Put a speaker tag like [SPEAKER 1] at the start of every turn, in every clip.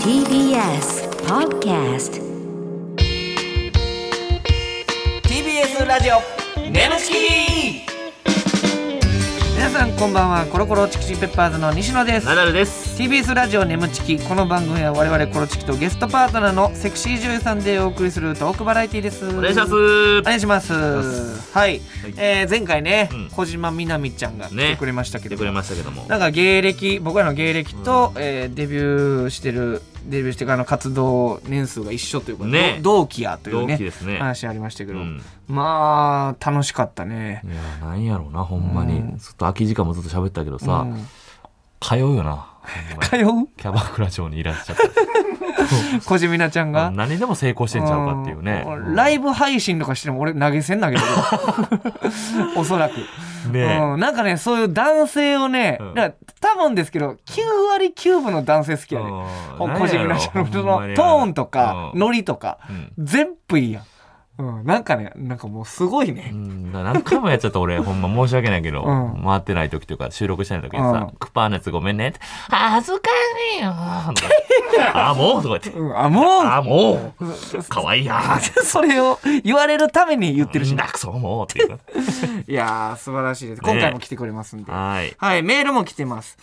[SPEAKER 1] TBS Podcast
[SPEAKER 2] TBS ラジオ
[SPEAKER 3] ネムチキ
[SPEAKER 2] 皆さんこんばんはコロコロチキチキペッパーズの西野です
[SPEAKER 3] ナダルです。
[SPEAKER 2] TBS ラジオネムチキこの番組は我々コロチキとゲストパートナーのセクシー女優さんでお送りするトークバラエティです
[SPEAKER 3] お願いします。
[SPEAKER 2] お願いしますはい、
[SPEAKER 3] はい
[SPEAKER 2] えー前回ね、
[SPEAKER 3] うん
[SPEAKER 2] 小島みなみちゃんが来てくれましたけ
[SPEAKER 3] 来
[SPEAKER 2] ど、
[SPEAKER 3] てくれましたけども。
[SPEAKER 2] なんか芸歴僕らの芸歴と、えーデビューしてるデビューしてからの活動年数が一緒ということで、
[SPEAKER 3] ね
[SPEAKER 2] ど同期やという
[SPEAKER 3] 同
[SPEAKER 2] ね
[SPEAKER 3] 期ですね。
[SPEAKER 2] 話ありましたけ
[SPEAKER 3] う
[SPEAKER 2] ど、
[SPEAKER 3] ん。
[SPEAKER 2] まあ楽しかったね
[SPEAKER 3] いや、なんやろうな、ほんま
[SPEAKER 2] う
[SPEAKER 3] に。
[SPEAKER 2] ん
[SPEAKER 3] ずっと空き時間もずっと喋ったけどさ、
[SPEAKER 2] うん
[SPEAKER 3] 通うよ な。
[SPEAKER 2] 通う
[SPEAKER 3] キャバクラ町にいらっしゃっ
[SPEAKER 2] 小島みなちゃん が
[SPEAKER 3] た。何でも成功してんちゃうかっていうね。
[SPEAKER 2] んライブ配信とかしても俺投げ銭投げてる おそらく、
[SPEAKER 3] ね
[SPEAKER 2] うん、なんかねそういう男性をね、
[SPEAKER 3] うん
[SPEAKER 2] だから多分ですけど9割9分の男性好き
[SPEAKER 3] え。
[SPEAKER 2] やね、
[SPEAKER 3] うん
[SPEAKER 2] 小島みなちゃんのそのトーンとか、
[SPEAKER 3] なんやろほんまに
[SPEAKER 2] ノリとか
[SPEAKER 3] うん
[SPEAKER 2] 全部いいやん、うん、なんかねなんかもうすごいね
[SPEAKER 3] う、ん、だから何回もやっちゃった 俺、ほんま申し訳ないけど、
[SPEAKER 2] うん
[SPEAKER 3] 回ってない時とか、収録してない時に
[SPEAKER 2] う
[SPEAKER 3] さ
[SPEAKER 2] ん、
[SPEAKER 3] クパーのやつごめんねって、恥ずかしいよーとか言ってあ、もうとか言って、
[SPEAKER 2] うん、あもう
[SPEAKER 3] あ、もうかわいいやーっ て
[SPEAKER 2] それを言われるために言ってるし、
[SPEAKER 3] なくそもうっていう。
[SPEAKER 2] いやー素晴らしいです
[SPEAKER 3] ね
[SPEAKER 2] 今回も来てくれますんで、
[SPEAKER 3] はい。
[SPEAKER 2] はい、メールも来てます。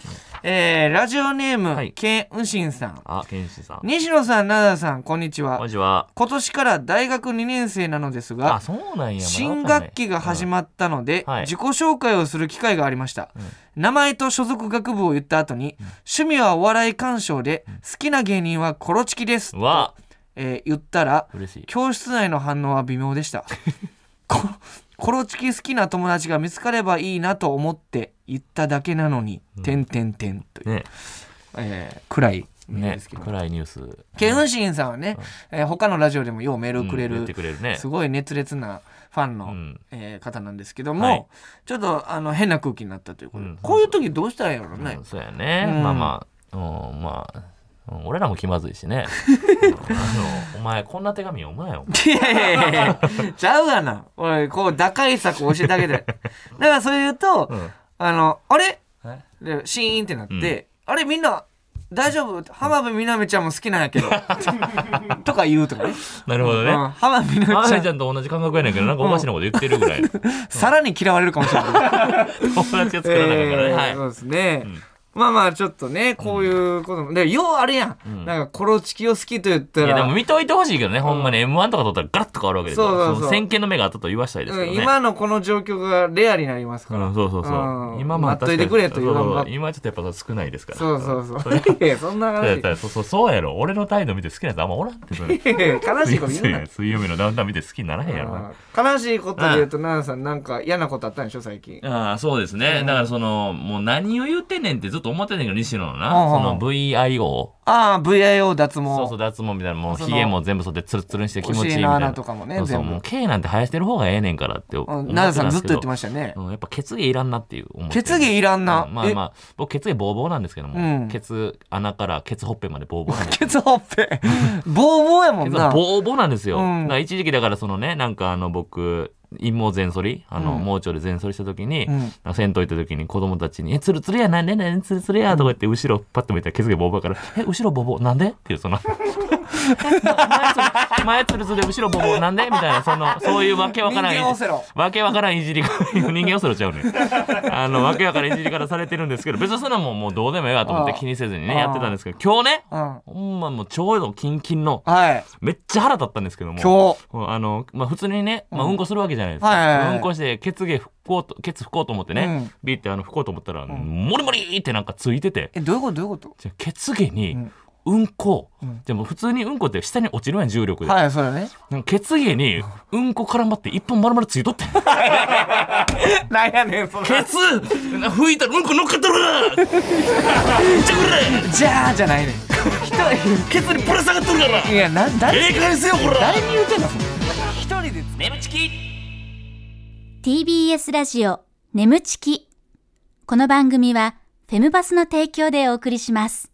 [SPEAKER 2] えー、ラジオネーム、
[SPEAKER 3] はい
[SPEAKER 2] ケンウシンさん。
[SPEAKER 3] あ、ケンシさん。
[SPEAKER 2] 西野さん、奈々さん、こんにち
[SPEAKER 3] マ
[SPEAKER 2] は。
[SPEAKER 3] ジは。
[SPEAKER 2] 今年から大学2年生なのです
[SPEAKER 3] あ、
[SPEAKER 2] が、
[SPEAKER 3] そうなんや。
[SPEAKER 2] 新学期が始
[SPEAKER 3] ま
[SPEAKER 2] まったので、
[SPEAKER 3] うんはい
[SPEAKER 2] 自己紹介をする機会がありました。
[SPEAKER 3] う
[SPEAKER 2] 名前と所属学部を言った後に、趣味はお笑い鑑賞で、好きな芸人はコロチキです。
[SPEAKER 3] だわ
[SPEAKER 2] えー言ったら、
[SPEAKER 3] 嬉しい。
[SPEAKER 2] 教室内の反応は微妙でした こコロチキ好きな友達が見つかればいいなと思って言っただけなのに「
[SPEAKER 3] うん
[SPEAKER 2] てんてんてん」という、
[SPEAKER 3] ね、
[SPEAKER 2] えー暗いメール
[SPEAKER 3] ね
[SPEAKER 2] ですけ、ど、
[SPEAKER 3] 暗いニュース。
[SPEAKER 2] ケンウンシンさんはね、えー他のラジオでもようメールをくれ
[SPEAKER 3] うん
[SPEAKER 2] る、
[SPEAKER 3] 言ってくれるね。
[SPEAKER 2] すごい熱烈なファンの、
[SPEAKER 3] うん
[SPEAKER 2] えー方なんですけども、
[SPEAKER 3] はい
[SPEAKER 2] ちょっとあの変な空気になったということで、
[SPEAKER 3] うん
[SPEAKER 2] こういう時どうしたらいいの
[SPEAKER 3] う
[SPEAKER 2] ね
[SPEAKER 3] ん、そうやね。
[SPEAKER 2] うん
[SPEAKER 3] まあまあ、うん、まあ、うん俺らも気まずい しね。うんあの、お前、こんな手紙読むなよ。
[SPEAKER 2] いやいやいやいやちゃうがな俺こう打開策を教えてあげてだからそれ言うと、
[SPEAKER 3] うん
[SPEAKER 2] あのあれ
[SPEAKER 3] え
[SPEAKER 2] でシーンってなって、あれみんな大丈夫浜辺美波ちゃんも好きなんやけどとか言うとかね
[SPEAKER 3] なるほど
[SPEAKER 2] う
[SPEAKER 3] ね。
[SPEAKER 2] ん、浜辺美
[SPEAKER 3] あ
[SPEAKER 2] 波
[SPEAKER 3] ー
[SPEAKER 2] ちゃ
[SPEAKER 3] や
[SPEAKER 2] ん
[SPEAKER 3] ちゃんと同じ感覚やねんけど、なんかおかしなこと言ってるぐらいの。
[SPEAKER 2] さらに嫌われるかもしれない、
[SPEAKER 3] 友達が作らなかったから
[SPEAKER 2] え
[SPEAKER 3] ね。
[SPEAKER 2] ー
[SPEAKER 3] はい
[SPEAKER 2] そうですね、まあまあちょっとねこういうこともでようあれやん、
[SPEAKER 3] ん
[SPEAKER 2] なんかコロチキを好きと言った
[SPEAKER 3] いやでも
[SPEAKER 2] ら、
[SPEAKER 3] 見といてほしいけどね、ほんまに M1 とか取ったらガラッと変わるわけですよ。
[SPEAKER 2] そうそうそう
[SPEAKER 3] の先見の目があったと言わしたいです
[SPEAKER 2] う
[SPEAKER 3] けど
[SPEAKER 2] ん
[SPEAKER 3] ね。
[SPEAKER 2] 今のこの状況がレアになりますから、
[SPEAKER 3] うん、そうそうそう。
[SPEAKER 2] うん
[SPEAKER 3] 今まあ
[SPEAKER 2] 待っといてくれと言わんば
[SPEAKER 3] 確かにそうそう今はちょっとやっぱ少ないですから。
[SPEAKER 2] そう そうそういやそんな
[SPEAKER 3] そうや
[SPEAKER 2] 話
[SPEAKER 3] ったらそうそうそうやろ。俺の態度見て好きなやつあんまおらん ってそれ。
[SPEAKER 2] いやいや悲しいこと言うな
[SPEAKER 3] 水曜日のダウンタウン見て好きにならへんやろ。
[SPEAKER 2] うん悲しいことで言うと奈々さんなんか嫌なことあったんでしょ最近
[SPEAKER 3] ああそうですね、だからそのもう何を言ってんねんってずっと思ってんねんけど西野のな、
[SPEAKER 2] うんうん
[SPEAKER 3] その VIO
[SPEAKER 2] ああ VIO 脱毛
[SPEAKER 3] そうそう脱毛みたいなもう
[SPEAKER 2] そ
[SPEAKER 3] ひ
[SPEAKER 2] の
[SPEAKER 3] げも全部そうやってツルツルにして気
[SPEAKER 2] お
[SPEAKER 3] 持ちいい
[SPEAKER 2] 尻
[SPEAKER 3] みたい
[SPEAKER 2] の
[SPEAKER 3] な
[SPEAKER 2] 穴とかもね
[SPEAKER 3] そうそう
[SPEAKER 2] 全部
[SPEAKER 3] もう K なんて生やしてる方がええねんからって思
[SPEAKER 2] う
[SPEAKER 3] っ
[SPEAKER 2] ん
[SPEAKER 3] てたん
[SPEAKER 2] 奈々さんずっ
[SPEAKER 3] ですけ
[SPEAKER 2] と
[SPEAKER 3] ど
[SPEAKER 2] 言ってましたね。
[SPEAKER 3] うん、やっぱ血芸いらんなっていう思ってる
[SPEAKER 2] 血芸いらんな。
[SPEAKER 3] うんまあまあ僕血芸ボーボーなんですけども、
[SPEAKER 2] うん
[SPEAKER 3] ケツ穴からケツほっぺまでボーボーなん
[SPEAKER 2] え
[SPEAKER 3] です
[SPEAKER 2] ケツほっ ぺ。ボーボーやも
[SPEAKER 3] ケ
[SPEAKER 2] ん
[SPEAKER 3] ツは
[SPEAKER 2] な。
[SPEAKER 3] ボーボーなんですよ、
[SPEAKER 2] うん
[SPEAKER 3] だから一時期だからそのねなんかあの僕陰毛全剃りあの、
[SPEAKER 2] うん
[SPEAKER 3] 盲腸で全剃りした時に、
[SPEAKER 2] うん
[SPEAKER 3] なんか銭湯行った時に子供たちに「えつるつるやなんでなんでつるつるや」とか言って後ろパッと見たらケツ毛ボーボーやから「え後ろボーボーなんで?」っていうその前つるつるで後ろボーボーなんでみたいなそのそういうわけわ
[SPEAKER 2] 人
[SPEAKER 3] からん
[SPEAKER 2] 間オセロ。
[SPEAKER 3] わけわからんいじりが人間をそろちゃうねんあのわけわからんいじりからされてるんですけど別にそんなもんもうどうでもええわと思って気にせずにね
[SPEAKER 2] ああ
[SPEAKER 3] やってたんですけど今日ね
[SPEAKER 2] うん。は
[SPEAKER 3] ほんまもうちょうどキンキンの
[SPEAKER 2] い。
[SPEAKER 3] めっちゃ腹立ったんですけども
[SPEAKER 2] 今日。
[SPEAKER 3] もうあの、まあ、普通にね、まあ、うんこするわけじゃないです
[SPEAKER 2] はいはいは
[SPEAKER 3] か、
[SPEAKER 2] い
[SPEAKER 3] うんこして血毛拭こうとケツ拭こうと思ってね、
[SPEAKER 2] うん
[SPEAKER 3] ビーってあの拭こうと思ったら、モリモリってなんかついてて
[SPEAKER 2] え、どういうことどういうこ
[SPEAKER 3] じゃあ血毛に
[SPEAKER 2] ん
[SPEAKER 3] うんこ、
[SPEAKER 2] うん
[SPEAKER 3] じゃあもう普通にうんこって下に落ちるやん重力
[SPEAKER 2] と
[SPEAKER 3] で、
[SPEAKER 2] はい、そうだね。
[SPEAKER 3] なんか血毛にうんこ絡まって一本丸々ついとってん
[SPEAKER 2] なんやねん、その。
[SPEAKER 3] ケツ拭いたらうんこ乗っかってるからめっちゃく
[SPEAKER 2] じゃあじゃないねん。一
[SPEAKER 3] れケツにぶら下がってるから
[SPEAKER 2] 人、いや、なん、誰、
[SPEAKER 3] ええ返せよこれ
[SPEAKER 2] 誰に言うてんのそれ一人で。
[SPEAKER 3] 眠ちき
[SPEAKER 1] TBS ラジオ眠ちきこの番組はフェムバスの提供でお送りします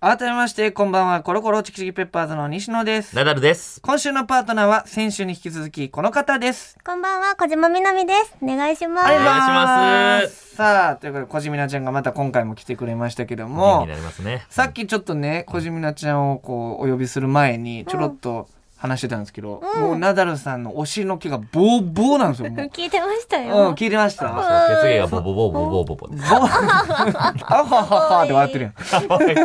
[SPEAKER 2] 改めましてこんばんはコロコロチキチキペッパーズの西野です
[SPEAKER 3] ナダルです。
[SPEAKER 2] 今週のパートナーは先週に引き続きこの方です
[SPEAKER 4] こんばんは、小島みなみです。お願いします。
[SPEAKER 3] ありがとうございます願いします
[SPEAKER 2] さあということで小島なちゃんがまた今回も来てくれましたけど
[SPEAKER 3] 元気
[SPEAKER 2] も
[SPEAKER 3] になりますね。
[SPEAKER 2] さっきちょっとね小島なちゃんをこうお呼びする前にちょろっと話してたんですけど、もうナダルさんのお尻の毛がボーボーなんですよもう
[SPEAKER 4] 聞いてました
[SPEAKER 2] うん
[SPEAKER 4] よ。
[SPEAKER 2] 聞いてまし
[SPEAKER 3] そ
[SPEAKER 2] た
[SPEAKER 3] う血液がボボボボボボボ
[SPEAKER 2] ボ
[SPEAKER 3] ボ。
[SPEAKER 2] アハハハで笑ってるやん
[SPEAKER 3] 可愛いってね。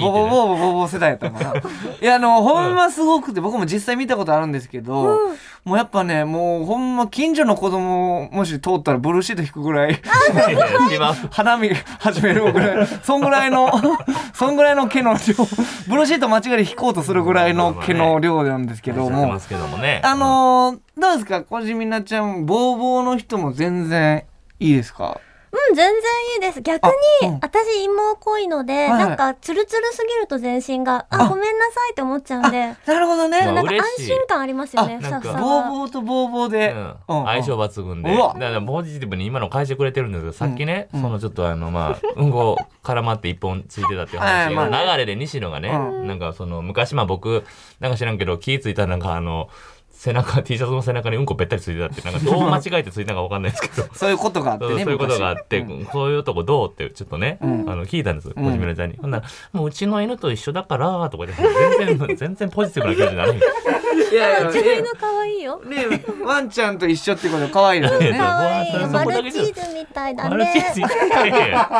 [SPEAKER 2] ボボボボボボ世代やったもんないやあのほんますごくて僕も実際見たことあるんですけど、もうやっぱねもうほんま近所の子供もし通ったらブルーシート引くぐらい
[SPEAKER 3] いやいや違う
[SPEAKER 2] 花見始めるぐらいそんぐらいのそんぐらいの毛の量ブルーシート間違いで引こうとするぐらいの毛の量なんですけど
[SPEAKER 3] おっしゃって
[SPEAKER 2] も
[SPEAKER 3] ますけどもね。
[SPEAKER 2] あのーどうですか小島なちゃんボーボーの人も全然いいですか
[SPEAKER 4] うん、全然いいです。逆に、
[SPEAKER 2] あうん
[SPEAKER 4] 私、芋濃いので、
[SPEAKER 2] いはい
[SPEAKER 4] なんか、ツルツルすぎると全身が、あ、ごめんなさいって思っちゃうんで、
[SPEAKER 2] なるほどね、
[SPEAKER 3] まあ
[SPEAKER 4] なんか
[SPEAKER 3] 嬉
[SPEAKER 4] 安
[SPEAKER 3] しい
[SPEAKER 4] 心感ありますよね、
[SPEAKER 3] あ
[SPEAKER 4] ふさふさ
[SPEAKER 3] なんか
[SPEAKER 2] ボー
[SPEAKER 4] は。
[SPEAKER 2] ボーとボーボーで、
[SPEAKER 3] うん、相性抜群で
[SPEAKER 2] うわ
[SPEAKER 3] だからポジティブに今の返してくれてるんですけどさっきね、
[SPEAKER 2] うん
[SPEAKER 3] そのちょっとあのまあうんこ絡まって一本ついてたっていう話、
[SPEAKER 2] はいま
[SPEAKER 3] 流れで西野がね、
[SPEAKER 2] う
[SPEAKER 3] なんかその昔まあ僕なんか知らんけど気ついたらなんかあの背中 T シャツの背中にうんこべったりついてたってなんかどう間違えてついたのかわかんないですけど
[SPEAKER 2] そういうことがあって
[SPEAKER 3] そう
[SPEAKER 2] ね。
[SPEAKER 3] そういうことがあって、
[SPEAKER 2] 昔
[SPEAKER 3] そういうとこどうってちょっとね、
[SPEAKER 2] うん
[SPEAKER 3] あの聞いたんです小
[SPEAKER 2] ん
[SPEAKER 3] 島のちゃんに、ほんならもううちの犬と一緒だから」とか言って全然 全然ポジティブな気持ちにならへん
[SPEAKER 2] いやいや
[SPEAKER 4] 自分が可愛いよ。
[SPEAKER 2] ね、ワンちゃんと一緒ってこと可愛いですよね。
[SPEAKER 3] や
[SPEAKER 2] 奈
[SPEAKER 4] 可愛い
[SPEAKER 3] そ
[SPEAKER 4] よ。
[SPEAKER 3] こだ
[SPEAKER 4] マ
[SPEAKER 3] け
[SPEAKER 4] ルチーズみたいだ
[SPEAKER 3] マルチー
[SPEAKER 4] ね
[SPEAKER 3] ズ。いやいや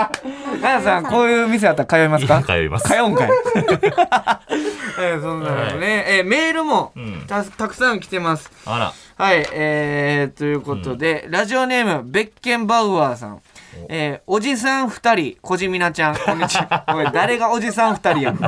[SPEAKER 2] 々さん、こういう店あったら通いますか
[SPEAKER 3] 通います
[SPEAKER 2] 通うんかい。 えーそんなのね。えーメールも
[SPEAKER 3] うん
[SPEAKER 2] たたくさん来てます。
[SPEAKER 3] あら
[SPEAKER 2] はい、えー、ということで、ラジオネーム、ベッケンバウアーさん。えー、おじさん二人、小じみなちゃん。こんにちは。おい、誰がおじさん二人 やん。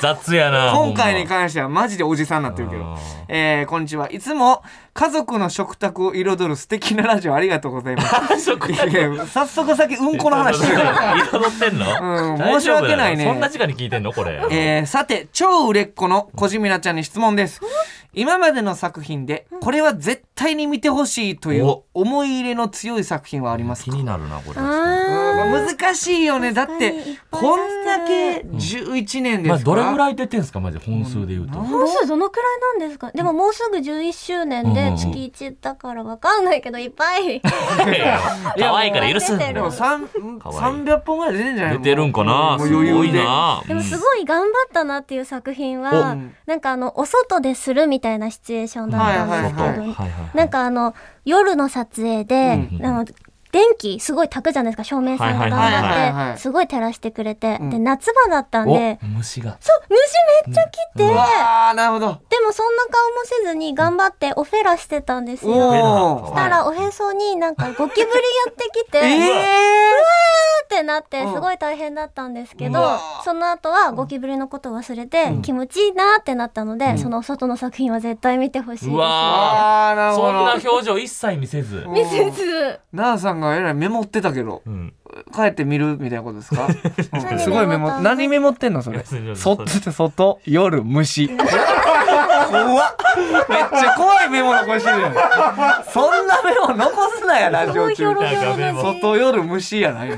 [SPEAKER 3] 雑やな
[SPEAKER 2] 今回に
[SPEAKER 3] し
[SPEAKER 2] 関してはマジでおじさんになってるけど。えー、こんにちは。いつも家族の食卓を彩る素敵なラジオありがとうござ います。
[SPEAKER 3] 食
[SPEAKER 2] いやいや早速先うんこの話 してるから。
[SPEAKER 3] 彩ってんの、
[SPEAKER 2] う ん申し訳ないね
[SPEAKER 3] 大丈夫のそんな時間に聞いてんのこれ、
[SPEAKER 2] えー、さて超売れっ子の小島なちゃんに質問です今までの作品でこれは絶対に見てほしいという
[SPEAKER 3] お
[SPEAKER 2] 思い入れの強い作品はあります
[SPEAKER 3] 気
[SPEAKER 2] か
[SPEAKER 3] になるなこれ、
[SPEAKER 4] あ
[SPEAKER 2] うん難しいよねだって
[SPEAKER 4] 確かにいっぱい出して
[SPEAKER 2] こんだけ11年で
[SPEAKER 3] まあ、
[SPEAKER 2] すか
[SPEAKER 3] どれぐ
[SPEAKER 2] い
[SPEAKER 3] らい出てんすかマジで本数で言うと、
[SPEAKER 4] ー本数どのくらいなんですかでももうすぐ11周年
[SPEAKER 3] うんうんう
[SPEAKER 4] で
[SPEAKER 3] ん
[SPEAKER 4] 月1だからわかんないけどいっぱ い。
[SPEAKER 3] いや可愛いから許すんだ
[SPEAKER 4] いや
[SPEAKER 2] で
[SPEAKER 3] よ
[SPEAKER 2] もさん
[SPEAKER 3] かわいい
[SPEAKER 2] 300本ぐらい出てんじゃない
[SPEAKER 3] 出てるんかな
[SPEAKER 2] も
[SPEAKER 3] す
[SPEAKER 2] うも
[SPEAKER 3] ご
[SPEAKER 2] う余
[SPEAKER 3] い
[SPEAKER 2] 裕で
[SPEAKER 3] な
[SPEAKER 4] でもす
[SPEAKER 3] い
[SPEAKER 4] ごい頑張ったなっていう作品は、
[SPEAKER 2] うん
[SPEAKER 4] なんかあのお外でするみたいなシチュエーションだったんですけど、
[SPEAKER 2] はいはい
[SPEAKER 3] はいはい
[SPEAKER 4] なんかあの夜の撮影で、
[SPEAKER 3] うん
[SPEAKER 4] あの電気すごい焚くじゃないですか照明さんが頑
[SPEAKER 3] はいはい
[SPEAKER 2] はいはい
[SPEAKER 4] 張
[SPEAKER 2] は
[SPEAKER 4] っ
[SPEAKER 2] い
[SPEAKER 4] てすごい照らしてくれて、
[SPEAKER 2] うん
[SPEAKER 4] で夏場だったんで
[SPEAKER 3] お虫が
[SPEAKER 4] そう虫めっちゃ来て、
[SPEAKER 2] うわーなるほど
[SPEAKER 4] でもそんな顔もせずに頑張ってオフェラしてたんですよ。
[SPEAKER 2] お
[SPEAKER 3] ー
[SPEAKER 4] し
[SPEAKER 2] お
[SPEAKER 4] たらおへそになんかゴキブリやってきて、
[SPEAKER 2] え
[SPEAKER 4] うわ
[SPEAKER 2] え
[SPEAKER 4] ーってなって
[SPEAKER 2] うん
[SPEAKER 4] すごい大変だったんですけ
[SPEAKER 2] う
[SPEAKER 4] ど
[SPEAKER 2] わー
[SPEAKER 4] その後はゴキブリのこと忘れて気持ちいいなーってなったのでその外の作品は絶対見てほしいです
[SPEAKER 3] うわ
[SPEAKER 2] あーなる
[SPEAKER 3] そ
[SPEAKER 2] ほ
[SPEAKER 3] んな
[SPEAKER 2] ど
[SPEAKER 3] 表情一切見せず、
[SPEAKER 2] うん
[SPEAKER 4] ミセ ス
[SPEAKER 2] 奈々さんがえらいメモってたけど
[SPEAKER 3] うん、
[SPEAKER 2] 帰って見るみたいなことです か
[SPEAKER 4] うん
[SPEAKER 2] すごいメモ何メモってんのそれ外って外夜 虫怖っめっちゃ怖いメモ残してるやんそんなメモ残すなやラジ
[SPEAKER 4] すご
[SPEAKER 2] オ
[SPEAKER 4] いヒョロ
[SPEAKER 2] 中
[SPEAKER 4] ヒョロだし
[SPEAKER 2] 外夜虫やない
[SPEAKER 3] だ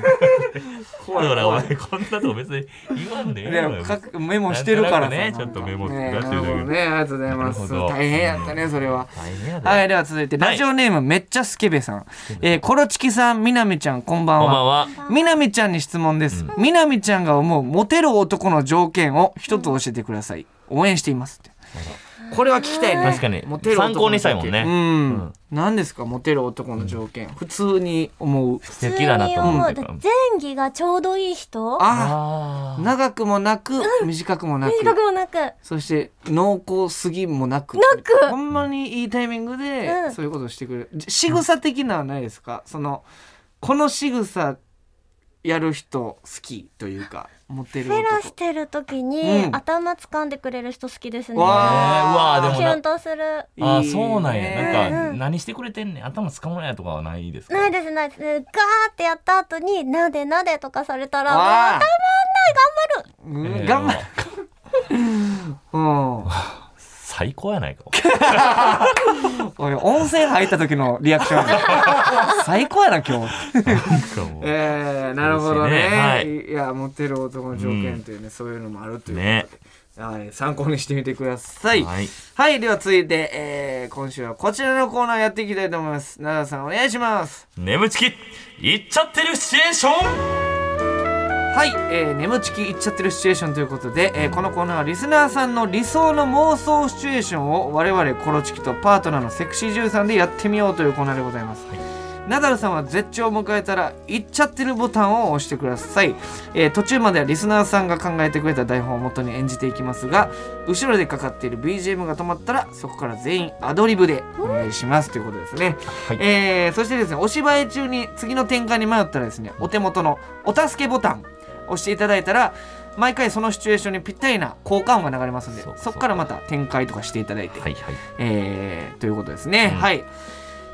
[SPEAKER 2] 怖い
[SPEAKER 3] からお
[SPEAKER 2] 怖
[SPEAKER 3] 前
[SPEAKER 2] い
[SPEAKER 3] こんなとこ別に言わんでええ
[SPEAKER 2] い
[SPEAKER 3] の
[SPEAKER 2] や
[SPEAKER 3] よ
[SPEAKER 2] かメモしてるからさ
[SPEAKER 3] なんとなくねちょっとメモ
[SPEAKER 2] ね
[SPEAKER 3] 出してるだけで
[SPEAKER 2] ねありがとうございます
[SPEAKER 3] なるほど
[SPEAKER 2] 大変やったねそれは
[SPEAKER 3] 大変やで、
[SPEAKER 2] はいでは続いてラジオネームめっちゃスケベさんえーコロチキさんみなみちゃんこんばん
[SPEAKER 3] こん
[SPEAKER 2] は
[SPEAKER 3] ばんは
[SPEAKER 2] みなみちゃんに質問です。みなみちゃんが思うモテる男の条件を一つ教えてください。応援していますって。これは聞きたいね。
[SPEAKER 3] 確かに
[SPEAKER 2] モテる男の条件
[SPEAKER 3] 参考にしたいもんね
[SPEAKER 2] うん。
[SPEAKER 3] うん
[SPEAKER 2] 何ですかモテる男の条件。普通に思う。
[SPEAKER 3] 素敵だなと思う
[SPEAKER 4] 普通に前戯がちょうどいい人
[SPEAKER 2] あ
[SPEAKER 3] あ
[SPEAKER 2] あ、
[SPEAKER 3] ー
[SPEAKER 2] 長くもなく、短くもなく。
[SPEAKER 4] 短くもなく
[SPEAKER 2] そして濃厚すぎもなく
[SPEAKER 4] なく
[SPEAKER 2] ほんまにいいタイミングで
[SPEAKER 4] うん
[SPEAKER 2] そういうことをしてくれる、じ仕草的なのはないですかそのこの仕草やる人好きというかモテる
[SPEAKER 4] フェ
[SPEAKER 2] 男
[SPEAKER 4] ラしてる時に、
[SPEAKER 2] うん
[SPEAKER 4] 頭掴んでくれる人好きですね
[SPEAKER 3] えーう
[SPEAKER 2] わ
[SPEAKER 3] わーで
[SPEAKER 4] キ
[SPEAKER 3] も
[SPEAKER 4] ュ
[SPEAKER 3] な
[SPEAKER 4] ンとする
[SPEAKER 3] あーそうなん
[SPEAKER 2] いい
[SPEAKER 3] や
[SPEAKER 2] ね
[SPEAKER 3] なん
[SPEAKER 4] う
[SPEAKER 3] か
[SPEAKER 4] ん
[SPEAKER 3] 何してくれてんねん頭つかまないとかはないですか
[SPEAKER 4] ないですないですガーってやった後になでなでとかされたらもう
[SPEAKER 2] わあ
[SPEAKER 3] えー
[SPEAKER 2] 頑張る、
[SPEAKER 3] も
[SPEAKER 2] う
[SPEAKER 3] う
[SPEAKER 2] ん、頑張る、
[SPEAKER 3] 最高やないか
[SPEAKER 2] おい温泉入った時のリアクション や最高やな今日えー、なるほどね
[SPEAKER 3] はい
[SPEAKER 2] い、やモテる男の条件というね、そういうのもあるということで、
[SPEAKER 3] ね
[SPEAKER 2] はい、参考にしてみてくださいは
[SPEAKER 3] はいい、
[SPEAKER 2] では続いて、えー、今週はこちらのコーナーやっていきたいと思います奈良さんお願いします
[SPEAKER 3] 眠ちき行っちゃってるシチュエーション
[SPEAKER 2] はい、えー、眠ちきいっちゃってるシチュエーションということで、えーこのコーナーはリスナーさんの理想の妄想シチュエーションを我々コロチキとパートナーのセクシージュさんでやってみようというコーナーでございます、ナダルさんは絶頂を迎えたら「いっちゃってる」ボタンを押してください、えー途中まではリスナーさんが考えてくれた台本を元に演じていきますが後ろでかかっている BGM が止まったらそこから全員アドリブでお願いしますということですね、
[SPEAKER 3] はい
[SPEAKER 2] えーそしてですねお芝居中に次の展開に迷ったらですねお手元の「お助けボタン」押していただいたら毎回そのシチュエーションにぴったりな効果音が流れますので
[SPEAKER 3] そう
[SPEAKER 2] そこからまた展開とかしていただいて、
[SPEAKER 3] はいはい
[SPEAKER 2] えーということですね、
[SPEAKER 3] うん
[SPEAKER 2] はい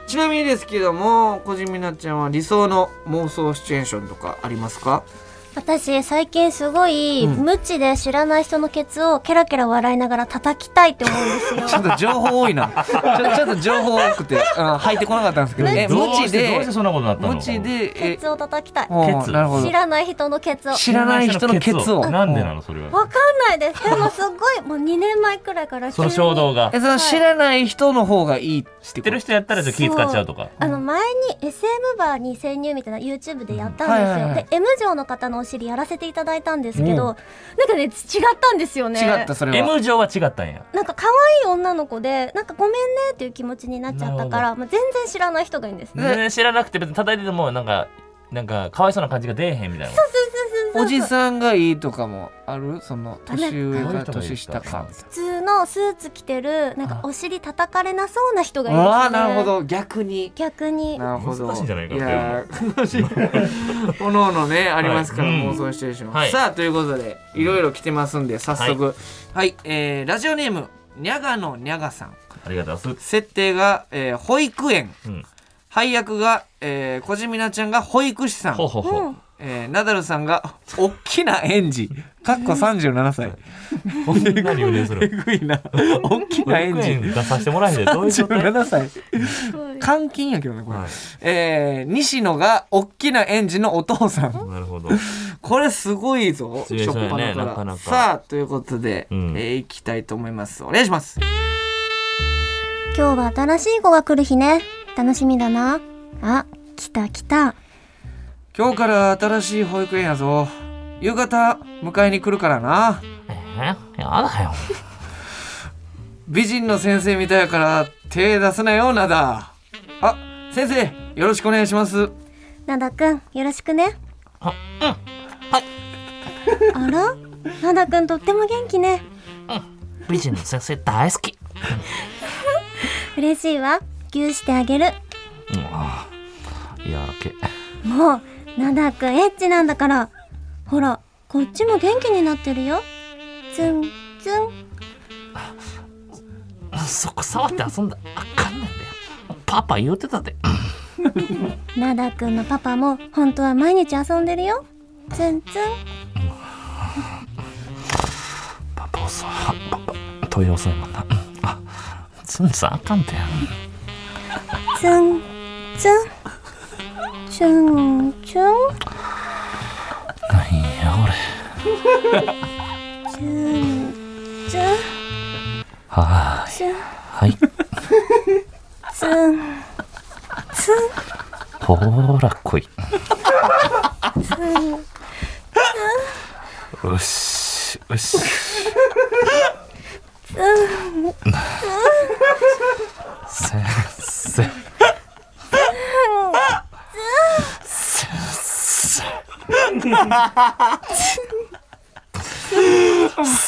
[SPEAKER 2] ちなみにですけども小島なっちゃんは理想の妄想シチュエーションとかありますか
[SPEAKER 4] 私最近すごい、
[SPEAKER 2] うん
[SPEAKER 4] 無知で知らない人のケツをケラケラ笑いながら叩きたいって思うんです
[SPEAKER 2] ち
[SPEAKER 4] よ
[SPEAKER 2] ょっと情報多いな ちょちょっと情報多くて、うん、入ってこなかったんですけどえ
[SPEAKER 3] どう
[SPEAKER 2] 無知
[SPEAKER 3] してどう
[SPEAKER 2] で
[SPEAKER 3] してそんなことになったの
[SPEAKER 2] 無知で
[SPEAKER 4] ケ
[SPEAKER 2] え
[SPEAKER 4] ツを叩きたい
[SPEAKER 2] おー
[SPEAKER 3] ケツ
[SPEAKER 2] なるほど
[SPEAKER 4] 知らない人のケツを
[SPEAKER 2] 知らない人のケツを
[SPEAKER 3] なんでなのそれは
[SPEAKER 4] わかんないですでもすごいもう2年前くらいから急
[SPEAKER 3] そ
[SPEAKER 4] に
[SPEAKER 3] の衝動が
[SPEAKER 2] えその知らない人の方がいいって知っ
[SPEAKER 3] 知ってる人やったらちょっと気使っちゃうとか
[SPEAKER 4] あの前に SM バーに潜入みたいな YouTube でやったんで
[SPEAKER 2] はい
[SPEAKER 4] すよ、
[SPEAKER 2] はいはい
[SPEAKER 4] で M 嬢の方のお尻やらせていただいたんですけど、なんかね違ったんですよね
[SPEAKER 2] 違ったそれは
[SPEAKER 3] M 上は違ったんや
[SPEAKER 4] なんか可愛い女の子でなんかごめんねっていう気持ちになっちゃったから、まあ、全然知らない人がいいんですね
[SPEAKER 3] 全然知らなくて別に叩いててもなんかなんかかわいそうな感じが出えへんみたいな
[SPEAKER 2] おじさんがいいとかもあるその
[SPEAKER 4] あね
[SPEAKER 2] 年上
[SPEAKER 3] どういう
[SPEAKER 2] か
[SPEAKER 3] 人がい
[SPEAKER 2] 年
[SPEAKER 3] いですか
[SPEAKER 2] 下か
[SPEAKER 4] 普通のスーツ着てるなんかお尻叩かれなそうな人がいいですね
[SPEAKER 2] ああなるほど逆に
[SPEAKER 4] 逆に
[SPEAKER 2] なるほど
[SPEAKER 3] 難しいんじゃないか
[SPEAKER 2] や おのおのねありますから、
[SPEAKER 3] うん
[SPEAKER 2] 妄想シチュエーション、
[SPEAKER 3] はい
[SPEAKER 2] さあということでいろいろ来てますんで早速はい、えーラジオネームにゃがのにゃがさん
[SPEAKER 3] ありがとうございます
[SPEAKER 2] 設定が、えー保育園
[SPEAKER 3] うん
[SPEAKER 2] 配役が、えー、小島なちゃんが保育士さん
[SPEAKER 3] ほうほうほう
[SPEAKER 2] えーナダルさんがおっきな園児かっこ37歳
[SPEAKER 3] ほんなに胸す
[SPEAKER 2] え
[SPEAKER 3] る
[SPEAKER 2] ぐいなおっきな園児
[SPEAKER 3] 出させてもらえへんでどういう状態
[SPEAKER 2] 37歳
[SPEAKER 4] うん
[SPEAKER 2] 監禁やけどねこれ、
[SPEAKER 3] はい
[SPEAKER 2] えー西野がおっきな園児のお父さん
[SPEAKER 3] なるほど
[SPEAKER 2] これすごいぞ、
[SPEAKER 3] シチュエーションやね
[SPEAKER 2] 初っ端
[SPEAKER 3] なかなか
[SPEAKER 2] さあ、ということで、
[SPEAKER 3] うん
[SPEAKER 2] えー行きたいと思います。お願いします。
[SPEAKER 4] 今日は新しい子が来る日ね楽しみだなあ来た来た
[SPEAKER 2] 今日から新しい保育園やぞ。夕方、迎えに来るからな。
[SPEAKER 3] えーやだよ
[SPEAKER 2] 美人の先生みたいやから、手出すなよ、なだ。あ、先生、よろしくお願いします。
[SPEAKER 4] なんだくんよろしくね
[SPEAKER 3] あ
[SPEAKER 4] あらなんだくんとっても元気ね
[SPEAKER 3] 美人の先生大好き
[SPEAKER 4] 嬉しいわぎゅうしてあげる
[SPEAKER 3] うんあーやらけ
[SPEAKER 4] もうなんだくんエッチなんだからほらこっちも元気になってるよツンツン
[SPEAKER 3] そこ触って遊んだらあかんなんだよパパ言うてたで
[SPEAKER 4] なんだくんのパパも本当は毎日遊んでるよツンツン
[SPEAKER 3] パパ遅いパパトイレ遅いもんなあつんさんあかんて
[SPEAKER 4] ツンツンチュンチュン
[SPEAKER 3] なんや俺
[SPEAKER 4] チュンチュン
[SPEAKER 3] は
[SPEAKER 4] チュ
[SPEAKER 3] ー
[SPEAKER 4] ン
[SPEAKER 3] いはい
[SPEAKER 4] ツンツン
[SPEAKER 3] ほーら 来いよしよし先生先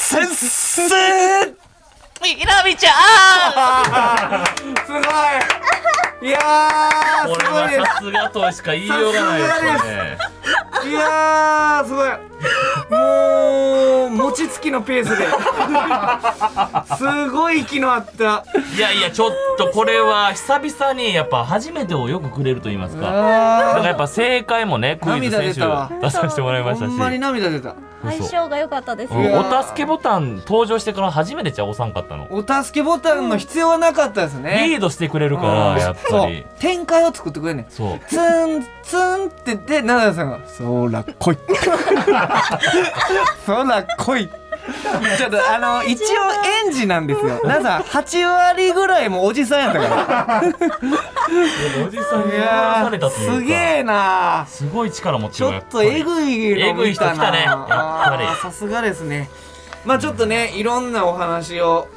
[SPEAKER 3] 生
[SPEAKER 2] 先生
[SPEAKER 3] ひらみちゃ
[SPEAKER 2] すごいいや
[SPEAKER 3] ん
[SPEAKER 2] ー、
[SPEAKER 3] こ
[SPEAKER 2] す
[SPEAKER 3] れ
[SPEAKER 2] ごい
[SPEAKER 3] は
[SPEAKER 2] で
[SPEAKER 3] さすがとしか言いようがないですよね
[SPEAKER 2] す。いやー、すごい。もう、持ち餅つきのペースですごい息の合った
[SPEAKER 3] いやいやちょっとこれは久々にやっぱ初めてをよくくれると言いますかだからやっぱ正解もねクイズ
[SPEAKER 2] 涙
[SPEAKER 3] 選
[SPEAKER 2] 出
[SPEAKER 3] 手
[SPEAKER 2] たわ
[SPEAKER 3] 出させてもらいまし
[SPEAKER 2] ほ
[SPEAKER 3] た
[SPEAKER 2] んまに
[SPEAKER 3] し
[SPEAKER 2] 涙出た
[SPEAKER 4] 相性が良かったです
[SPEAKER 3] うん
[SPEAKER 2] いや
[SPEAKER 4] ね。
[SPEAKER 3] お助けボタン登場してから初めてじゃおさんかったの
[SPEAKER 2] お助けボタンの必要はなかったですね
[SPEAKER 3] リードしてくれるからやっぱ
[SPEAKER 2] そ
[SPEAKER 3] り
[SPEAKER 2] う展開を作ってくれんねん
[SPEAKER 3] そう
[SPEAKER 2] ツンツンって言って奈々さんが「そら来い」 「そら来い」 ちょっとあの一応園児なんですよ奈々さん8割ぐらいもうおじさんやったからい
[SPEAKER 3] おじさんに踊ら
[SPEAKER 2] や
[SPEAKER 3] された
[SPEAKER 2] ー
[SPEAKER 3] というか
[SPEAKER 2] すげえな
[SPEAKER 3] すごい力持って
[SPEAKER 2] ち
[SPEAKER 3] る
[SPEAKER 2] ょ
[SPEAKER 3] わ
[SPEAKER 2] っとえぐいの見たな
[SPEAKER 3] えぐい人来たねやっぱり
[SPEAKER 2] あーさすがですねまあちょっとねいろんなお話を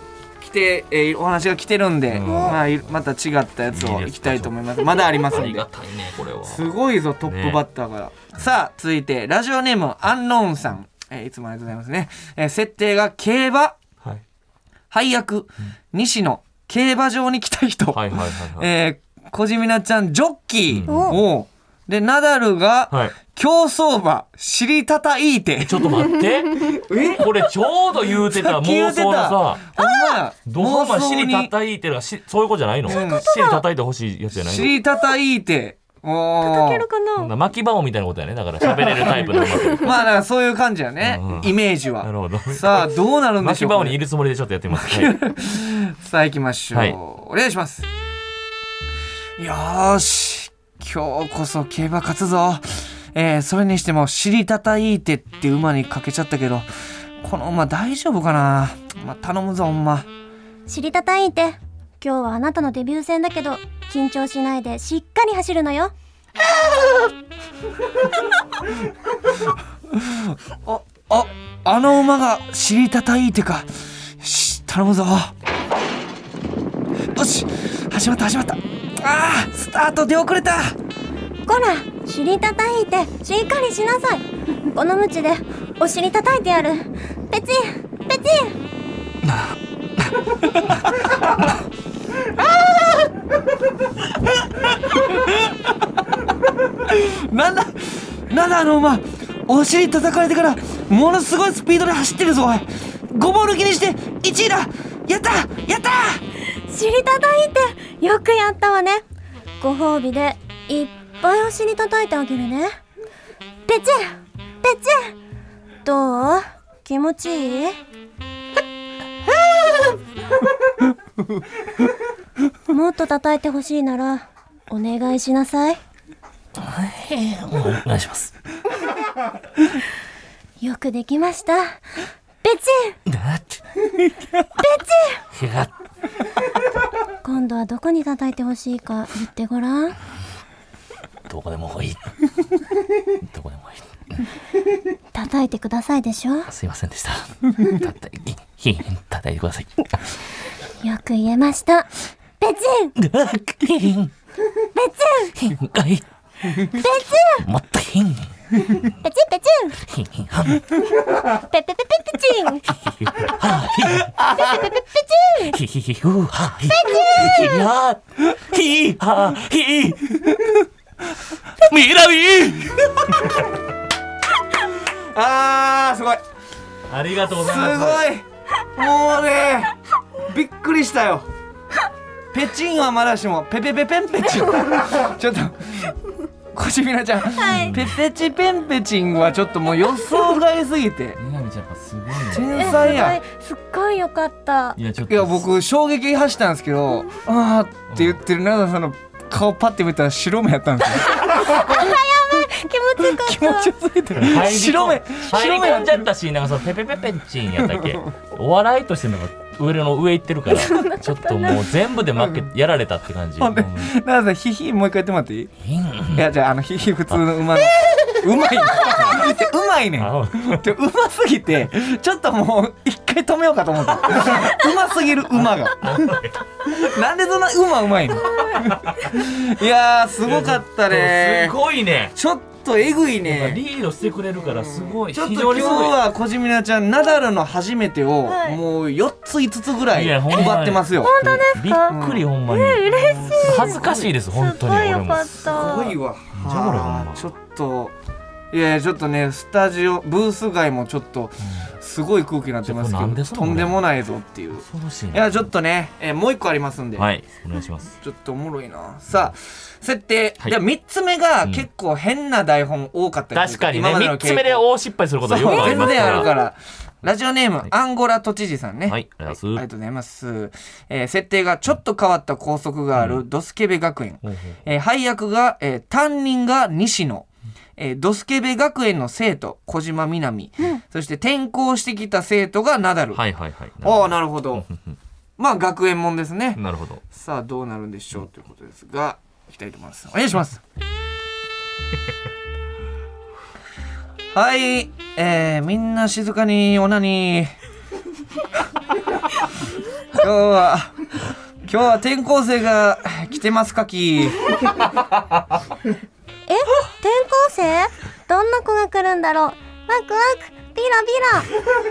[SPEAKER 2] 来て、えーお話が来てるんで、
[SPEAKER 3] うん
[SPEAKER 2] まあ、いまた違ったやつをいきたいと思いますまだあります
[SPEAKER 3] あ
[SPEAKER 2] ん
[SPEAKER 3] り
[SPEAKER 2] で
[SPEAKER 3] がたいねこれは
[SPEAKER 2] すごいぞトップバッターから、さあ続いてラジオネームアンノーンさん、えーいつもありがとうございますね、えー設定が競馬
[SPEAKER 3] はい
[SPEAKER 2] 配役、西野競馬場に来た人、
[SPEAKER 3] はいはいはいはい
[SPEAKER 2] えー小島なちゃんジョッキー、
[SPEAKER 3] うん
[SPEAKER 2] おうでナダルが、
[SPEAKER 3] はい
[SPEAKER 2] 競走馬尻たたいて
[SPEAKER 3] ちょっと待って
[SPEAKER 2] え
[SPEAKER 3] これちょうど言うてた
[SPEAKER 2] さっき言
[SPEAKER 3] 妄
[SPEAKER 2] うてた
[SPEAKER 3] 想のさ
[SPEAKER 2] ほんまや
[SPEAKER 3] どうま
[SPEAKER 2] 妄想
[SPEAKER 3] 尻
[SPEAKER 2] に
[SPEAKER 3] 叩いてるがしそういうことじゃないの
[SPEAKER 2] そういうこと
[SPEAKER 3] 尻叩いてほしいやつじゃないの
[SPEAKER 2] 尻たたいておう
[SPEAKER 4] かけるか
[SPEAKER 3] そんな
[SPEAKER 4] な。
[SPEAKER 3] 巻き場王みたいなことやねだから喋れるタイプの馬
[SPEAKER 2] まあなんかそういう感じやね、
[SPEAKER 3] うん
[SPEAKER 2] イメージは
[SPEAKER 3] なるほど
[SPEAKER 2] さあどうなるんで
[SPEAKER 3] 巻
[SPEAKER 2] し
[SPEAKER 3] き
[SPEAKER 2] ょう
[SPEAKER 3] 場王
[SPEAKER 2] かね
[SPEAKER 3] にいるつもりでちょっとやってみますはい
[SPEAKER 2] さあ行きましょう、
[SPEAKER 3] はい
[SPEAKER 2] お願いしますよーし今日こそ競馬勝つぞえー、それにしても「尻たたいて」って馬にかけちゃったけどこの馬大丈夫かな、まあ、頼むぞほんま
[SPEAKER 4] 知りたたいて。今日はあなたのデビュー戦だけど、緊張しないでしっかり走るのよ。
[SPEAKER 2] あああの馬が「尻たたいて」かよし頼むぞよし始まった始まったあースタート出遅れた
[SPEAKER 4] こら、尻叩いて、しっかりしなさい。このムチで、お尻叩いてやる。ペチン、ペチン。
[SPEAKER 2] なんだなんだあの馬お尻叩かれてからものすごいスピードで走ってるぞおいごぼう抜きにして1位だやったやった
[SPEAKER 4] 尻叩いて、よくやったわね。ご褒美で、いっぱいお尻叩いてあげるね。ペチン、ペチン。どう気持ちいいもっと叩いてほしいなら、お願いしなさい。
[SPEAKER 3] お願いします
[SPEAKER 4] よくできました。ペチ ン
[SPEAKER 3] だってペチいや
[SPEAKER 4] 今度はどこに叩いてほしいか言ってごらん
[SPEAKER 3] どこでもいいどこでもいい
[SPEAKER 4] 叩いてくださいでしょよ
[SPEAKER 3] すいませんでした叩いひ叩いてください
[SPEAKER 4] く言えましたペチンペ
[SPEAKER 3] ひん
[SPEAKER 4] チ
[SPEAKER 3] ひんかい
[SPEAKER 4] ンペチ
[SPEAKER 3] もっとひん
[SPEAKER 4] ンペチンペチン
[SPEAKER 3] ひんはん
[SPEAKER 4] ペペペペペチン
[SPEAKER 3] ひは
[SPEAKER 4] ペ
[SPEAKER 3] ひひひひふはひひはひはひみなみ
[SPEAKER 2] あーすごい
[SPEAKER 3] ありがとうございます
[SPEAKER 2] すごいもうねびっくりしたよペチンはまだしもペペペペンペチンちょっとコシミナちゃん、ペペチペンペチンはちょっともう予想外すぎて
[SPEAKER 3] みなみちゃんやっぱすごいね
[SPEAKER 2] 天才や
[SPEAKER 4] えすごいすっごいよかった
[SPEAKER 3] いやちょっ
[SPEAKER 2] いや僕衝撃走ったんですけど「あー」って言ってる奈々さんの顔パッて見たら白目やったんですよ
[SPEAKER 4] 気持ちよかった
[SPEAKER 2] 気持ちよすぎて
[SPEAKER 3] 入り込ん
[SPEAKER 2] 白目
[SPEAKER 3] 入り
[SPEAKER 2] 白目
[SPEAKER 3] 込
[SPEAKER 2] や
[SPEAKER 3] ん
[SPEAKER 2] っ
[SPEAKER 3] じ
[SPEAKER 2] た
[SPEAKER 3] ゃったしなんかそのペペペペンチンやったっけお笑いとしての上の上行ってるからちょっともう全部で負けやられたって感じ
[SPEAKER 2] ほんで
[SPEAKER 3] うん
[SPEAKER 2] 奈々さんヒヒもう一回やってもらっていい
[SPEAKER 3] ひん
[SPEAKER 2] いやじゃああのヒヒ普通の馬のうまいねうまいねん
[SPEAKER 3] あ
[SPEAKER 2] でうますぎてちょっともう一回止めようかと思ったうますぎる馬がなんでそんな馬うまい のいやーすごかったね
[SPEAKER 3] すごいね
[SPEAKER 2] ちょっとえぐいね
[SPEAKER 3] リードしてくれるからすごい
[SPEAKER 2] ちょっと
[SPEAKER 3] 非
[SPEAKER 2] 今
[SPEAKER 3] 常
[SPEAKER 2] 日
[SPEAKER 3] にすごい
[SPEAKER 2] は小島なちゃんナダルの初めてを
[SPEAKER 4] はい
[SPEAKER 2] もう4つ5つぐらい
[SPEAKER 3] いやほんまに
[SPEAKER 2] 奪ってますよ。
[SPEAKER 3] びっくりほんまに
[SPEAKER 4] 嬉しい
[SPEAKER 3] 恥ずかしいです本
[SPEAKER 4] す
[SPEAKER 3] 当
[SPEAKER 4] っ
[SPEAKER 3] に
[SPEAKER 4] ごい
[SPEAKER 3] 俺
[SPEAKER 4] よ
[SPEAKER 3] も
[SPEAKER 4] かった
[SPEAKER 2] すごいわ。
[SPEAKER 3] じゃあこれほんま
[SPEAKER 2] ちょっといやいやちょっとねスタジオブース外もちょっとすごい空気になってますけ
[SPEAKER 3] ちょっとなん
[SPEAKER 2] ど
[SPEAKER 3] ですの
[SPEAKER 2] とんでもないぞっていう
[SPEAKER 3] 恐ろしい
[SPEAKER 2] いやちょっとね、えーもう一個ありますんで、
[SPEAKER 3] はいお願いします
[SPEAKER 2] ちょっとおもろいなさあ設定、
[SPEAKER 3] はい
[SPEAKER 2] では3つ目が
[SPEAKER 3] うん
[SPEAKER 2] 結構変な台本多かったりす
[SPEAKER 3] 確
[SPEAKER 2] る
[SPEAKER 3] かにね
[SPEAKER 2] 今まの
[SPEAKER 3] 3
[SPEAKER 2] 傾向
[SPEAKER 3] つ目で大失敗することはよ
[SPEAKER 2] そ
[SPEAKER 3] く
[SPEAKER 2] う
[SPEAKER 3] ありま
[SPEAKER 2] 全
[SPEAKER 3] す
[SPEAKER 2] 然
[SPEAKER 3] か
[SPEAKER 2] ある
[SPEAKER 3] ら
[SPEAKER 2] からラジオネーム、
[SPEAKER 3] い
[SPEAKER 2] アンゴラ都知事さんね
[SPEAKER 3] はいありがとう
[SPEAKER 2] あ
[SPEAKER 3] ご
[SPEAKER 2] り
[SPEAKER 3] ざい
[SPEAKER 2] が
[SPEAKER 3] ます
[SPEAKER 2] とうございます、えー設定がちょっと変わった校則があるドスケベ学園、
[SPEAKER 3] ほうほう
[SPEAKER 2] えー配役が、えー担任が西野、えードスケベ学園の生徒小島みなみ、そして転校してきた生徒がナダル、
[SPEAKER 3] はいはいはい
[SPEAKER 2] ああなるほどまあ学園もんですね
[SPEAKER 3] なるほど
[SPEAKER 2] さあどうなるんでしょうということですがいきたいと思いますお願いします はいえー、みんな静かにオナニー 今日は今日は転校生が来てますかき
[SPEAKER 4] え転校生どんな子が来るんだろうワクワクビ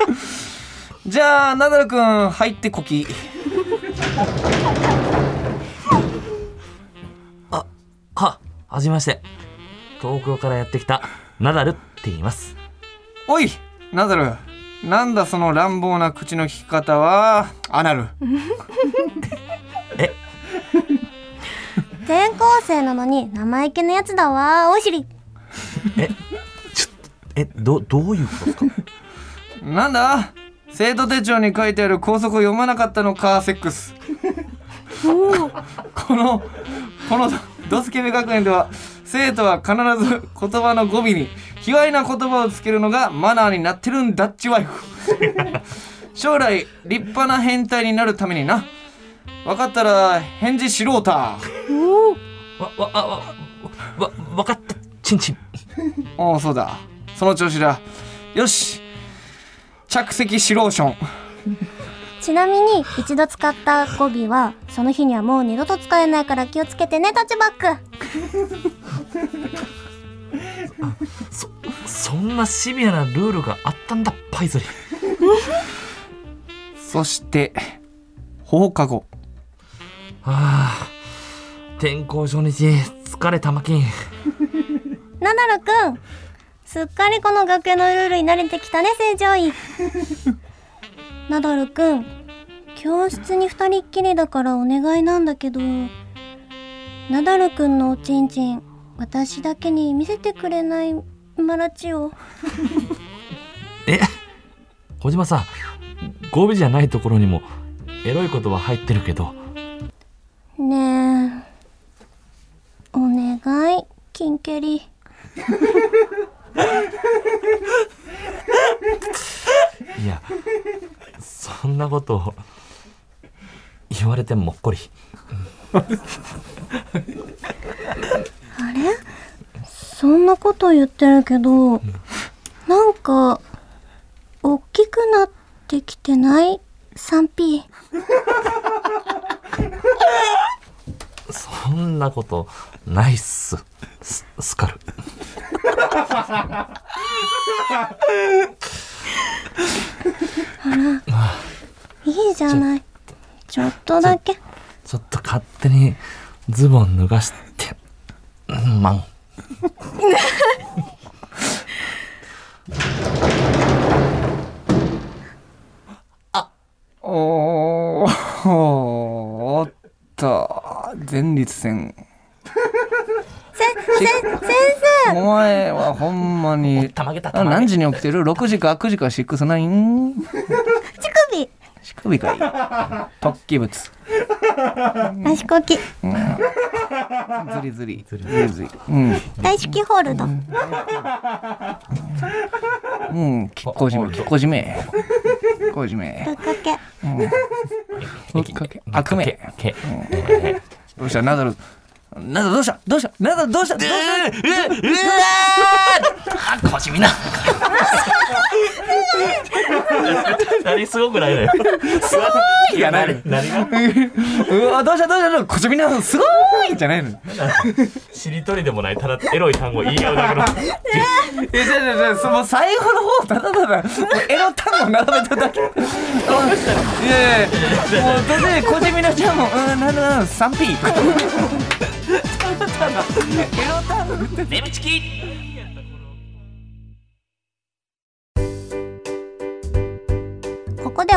[SPEAKER 4] ラビラ
[SPEAKER 2] じゃあナダルくん入ってこき
[SPEAKER 3] ははじめまして東京からやってきたナダルって言います
[SPEAKER 2] おいナダルなんだその乱暴な口の利き方はアナル
[SPEAKER 4] 転校生なのに生意気なやつだわおしり
[SPEAKER 3] えどどういうことですか
[SPEAKER 2] なんだ生徒手帳に書いてある校則を読まなかったのかセックスこのこのドスケベ学園では生徒は必ず言葉の語尾に卑猥な言葉をつけるのがマナーになってるんだっちワイフ将来立派な変態になるためにな分かったら返事しろうた
[SPEAKER 3] わわわわわわかったチンチン
[SPEAKER 2] おおそうだその調子だよし着席しローション
[SPEAKER 4] ちなみに一度使った語尾はその日にはもう二度と使えないから気をつけてねタッチバック
[SPEAKER 3] そそんなシビアなルールがあったんだパイズリ
[SPEAKER 2] そして放課後
[SPEAKER 3] はあ転校初日疲れたまきん
[SPEAKER 4] ナダルくんすっかりこの学園のルールに慣れてきたね成長員 ナダルくん教室に二人っきりだからお願いなんだけどナダルくんのおちんちん私だけに見せてくれないマラチオ
[SPEAKER 3] え小島さん語尾じゃないところにもエロい言葉入ってるけど
[SPEAKER 4] ねえお願いキンケリ
[SPEAKER 3] いやそんなことを言われてもっこり
[SPEAKER 4] そんなこと言ってるけどなんか大きくなってきてない 3P
[SPEAKER 3] そんなことないっすススカル
[SPEAKER 4] いいじゃないちょっとだけ
[SPEAKER 3] ちょっと勝手にズボン脱がしてうんまん
[SPEAKER 2] おーおーおっと前立腺せ先生お前はほんまに
[SPEAKER 3] たまげた
[SPEAKER 2] あ
[SPEAKER 3] たまげ
[SPEAKER 2] 何時に起きてる ?6 時か9時か69
[SPEAKER 4] 乳首
[SPEAKER 2] 乳首かい突起物
[SPEAKER 4] 足こき
[SPEAKER 2] ズリズリズリズリうん
[SPEAKER 4] 大好きホールド
[SPEAKER 2] うんきっこじめきっこじめきっこじめ
[SPEAKER 4] ぶっかけ
[SPEAKER 2] ふっかけ悪名
[SPEAKER 3] けけ
[SPEAKER 2] どうしたナダルナダルどうしたどうしたナダルどうしたどうした
[SPEAKER 3] うわーあ腰みんな何すごくないのよすごいやな何が
[SPEAKER 2] うわどうしたどうしたどうしたこじみなすごーいじゃないの
[SPEAKER 3] しりとりでもないただエロい単語言い合うだけの
[SPEAKER 2] いや、じゃじゃじゃその最後の方、ただただ、エロ単語並べただけ。いやいや、もう途中で小じみのちゃんも、うん、なんだなんだ、3P とか。ただただ、エロ単語。
[SPEAKER 3] ネムチキ
[SPEAKER 4] こで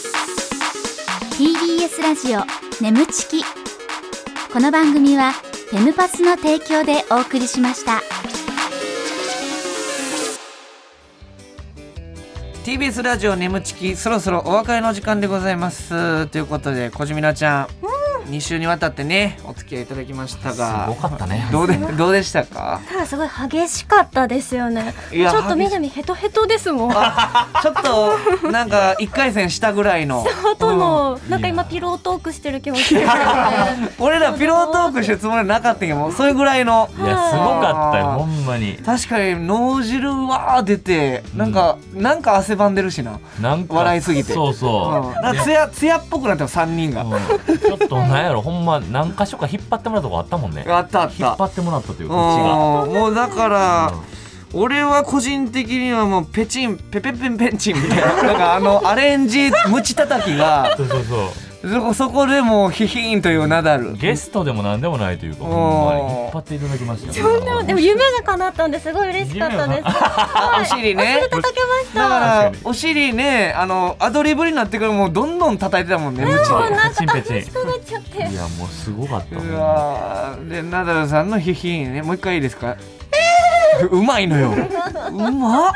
[SPEAKER 1] ー TBS ラジオ眠ちきこの番組はフェムパスの提供でお送りしました
[SPEAKER 2] TBS ラジオ眠ちきそろそろお別れの時間でございますということで小島ちゃん、二2週にわたってねお付き合いいただきましたが
[SPEAKER 3] すごかったね
[SPEAKER 2] どうでどうでしたか
[SPEAKER 4] ただすごい激しかったですよね
[SPEAKER 2] いや
[SPEAKER 4] ちょっと南ヘトヘトですもん
[SPEAKER 2] ちょっとなんか1回戦したぐらいの
[SPEAKER 4] あとの、なんか今ピロートークしてる気持ちですね
[SPEAKER 2] 俺らピロートークしてるつもりなかったけどもうそれぐらいの
[SPEAKER 3] いやすごかったよほんまに
[SPEAKER 2] 確かに脳汁わー出てなんか、なんか汗ばんでるしな,、
[SPEAKER 3] なんか
[SPEAKER 2] 笑いすぎて
[SPEAKER 3] そうそう、
[SPEAKER 2] うん、なんかつやつやっぽくなっても3人が、
[SPEAKER 3] うんちょっとなんやろほんま何箇所か引っ張ってもらったとこあったもんね
[SPEAKER 2] あったあっ
[SPEAKER 3] 引った張ってもらったという
[SPEAKER 2] うん
[SPEAKER 3] かうちが
[SPEAKER 2] もうだから、俺は個人的にはもうペチンペペペンペンチンみたいななんかあ のアレンジムチ叩きが
[SPEAKER 3] そうそうそう
[SPEAKER 2] そこそこでもうヒヒーンというナダル
[SPEAKER 3] ゲストでも何でもないというか、
[SPEAKER 2] おー
[SPEAKER 3] ほんまに引っ張っていただきましたよ。
[SPEAKER 4] そんなでも夢が叶ったんですごい嬉しかったです
[SPEAKER 3] 夢が
[SPEAKER 2] お尻ね
[SPEAKER 4] 叩けまし
[SPEAKER 2] だ
[SPEAKER 4] た
[SPEAKER 2] から
[SPEAKER 3] 確か
[SPEAKER 2] お尻ねあのアドリブになってからもうどんどん叩いてたもんねムチ
[SPEAKER 3] そ
[SPEAKER 2] で
[SPEAKER 3] う。
[SPEAKER 4] なんか楽
[SPEAKER 3] ペチンペチン
[SPEAKER 4] しくなっちゃって
[SPEAKER 3] いや、もうすごかった。ほん
[SPEAKER 2] う
[SPEAKER 3] ま
[SPEAKER 2] わーでナダルさんのヒヒーンねもう一回いいですか、うまいのようまっ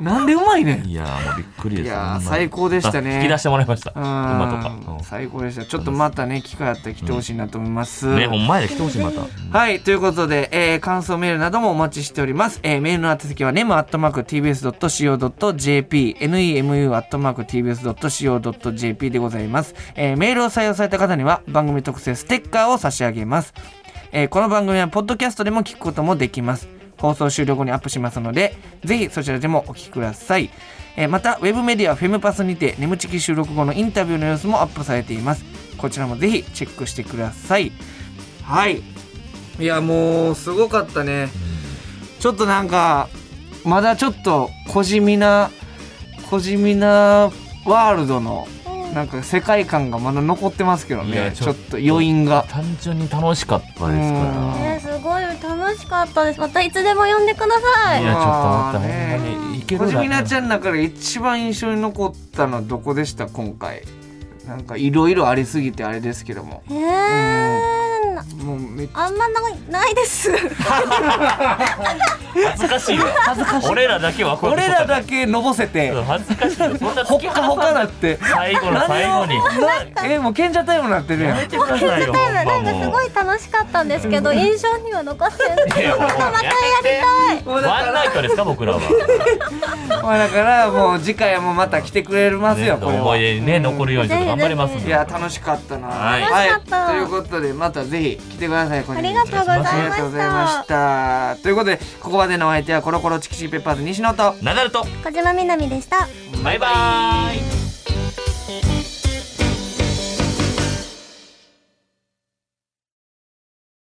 [SPEAKER 2] なんでうまいねん
[SPEAKER 3] にいや、もうびっくりです。
[SPEAKER 2] いやー
[SPEAKER 3] ほんまに
[SPEAKER 2] 最高でしたね
[SPEAKER 3] 引き出してもらいました。
[SPEAKER 2] う
[SPEAKER 3] 馬と
[SPEAKER 2] ん
[SPEAKER 3] か
[SPEAKER 2] 最高でしたちょっとまたね機会あったら来てほしいなと思います、
[SPEAKER 3] うん。ね、ほんまや、来てほしい、また。
[SPEAKER 2] はい、ということで、えー感想メールなどもお待ちしております。えーメールの宛先は nemu.tbs.co.jp、nemu.tbs.co.jp でございます。えーメールを採用された方には番組特製ステッカーを差し上げます。えーこの番組はポッドキャストでも聞くこともできます。放送終了後にアップしますので、ぜひそちらでもお聞きください。えーまた、ウェブメディアフェムパスにて、眠ちき収録後のインタビューの様子もアップされています。こちらもぜひチェックしてください。はい。いやもうすごかったねちょっとなんかまだちょっと小地味な小地味なワールドのなんか世界観がまだ残ってますけど
[SPEAKER 3] いや
[SPEAKER 2] ねち
[SPEAKER 3] ち
[SPEAKER 2] ょ
[SPEAKER 3] ょ
[SPEAKER 2] っ
[SPEAKER 3] っ
[SPEAKER 2] と
[SPEAKER 3] と
[SPEAKER 2] 余韻が
[SPEAKER 3] 単純に楽しかったですか
[SPEAKER 2] うん
[SPEAKER 3] ら。
[SPEAKER 4] ねすごい楽しかったですまたいつでも呼んでくださ
[SPEAKER 3] い
[SPEAKER 4] い
[SPEAKER 3] や、ちょっと
[SPEAKER 2] まあ
[SPEAKER 3] 待った、
[SPEAKER 2] ね
[SPEAKER 3] ほんまに。いけ
[SPEAKER 2] 小
[SPEAKER 3] る
[SPEAKER 2] 地味な
[SPEAKER 3] な。
[SPEAKER 2] ちゃんの中で一番印象に残ったのはどこでした今回なんかいろいろありすぎてあれですけども
[SPEAKER 4] えーな
[SPEAKER 2] もうめっ
[SPEAKER 4] あんまないないです
[SPEAKER 3] 恥ずかしいよ。恥ずかしい。俺らだけは。
[SPEAKER 2] 俺らだけのぼせて
[SPEAKER 3] 恥ずかしいよ。そんな
[SPEAKER 2] ほ
[SPEAKER 3] 突
[SPEAKER 2] っ
[SPEAKER 3] き
[SPEAKER 2] かほ
[SPEAKER 3] 放
[SPEAKER 2] か
[SPEAKER 3] さ
[SPEAKER 2] な
[SPEAKER 3] ない
[SPEAKER 2] っ。て
[SPEAKER 3] 最後の最後に。
[SPEAKER 2] なえもう賢者タイムになってるやん
[SPEAKER 3] やめてくださいよ。ほん
[SPEAKER 4] な
[SPEAKER 3] ま
[SPEAKER 4] んかす
[SPEAKER 3] もう
[SPEAKER 4] ごい楽しかったんですけど印象には残って る
[SPEAKER 3] いやもうやめて
[SPEAKER 2] もうだから
[SPEAKER 3] ワンナイトですか僕らは。
[SPEAKER 2] まあだからもう次回もまた来てくれますよ、
[SPEAKER 3] ね
[SPEAKER 2] これは
[SPEAKER 3] 思い出にね残るようにちょっと頑張りますんで。
[SPEAKER 2] いや楽しかったな
[SPEAKER 3] はい
[SPEAKER 4] 楽しかった
[SPEAKER 2] ということでまたぜひ来てくださいこ
[SPEAKER 4] ありがとうございま
[SPEAKER 2] ありがとうご
[SPEAKER 4] し
[SPEAKER 2] ざいま
[SPEAKER 4] た
[SPEAKER 2] したということでここまでのお相手はコロコロチキチキペッパーズ西野と
[SPEAKER 3] ナダルと
[SPEAKER 4] 小島みなみでした
[SPEAKER 3] バイバーイ。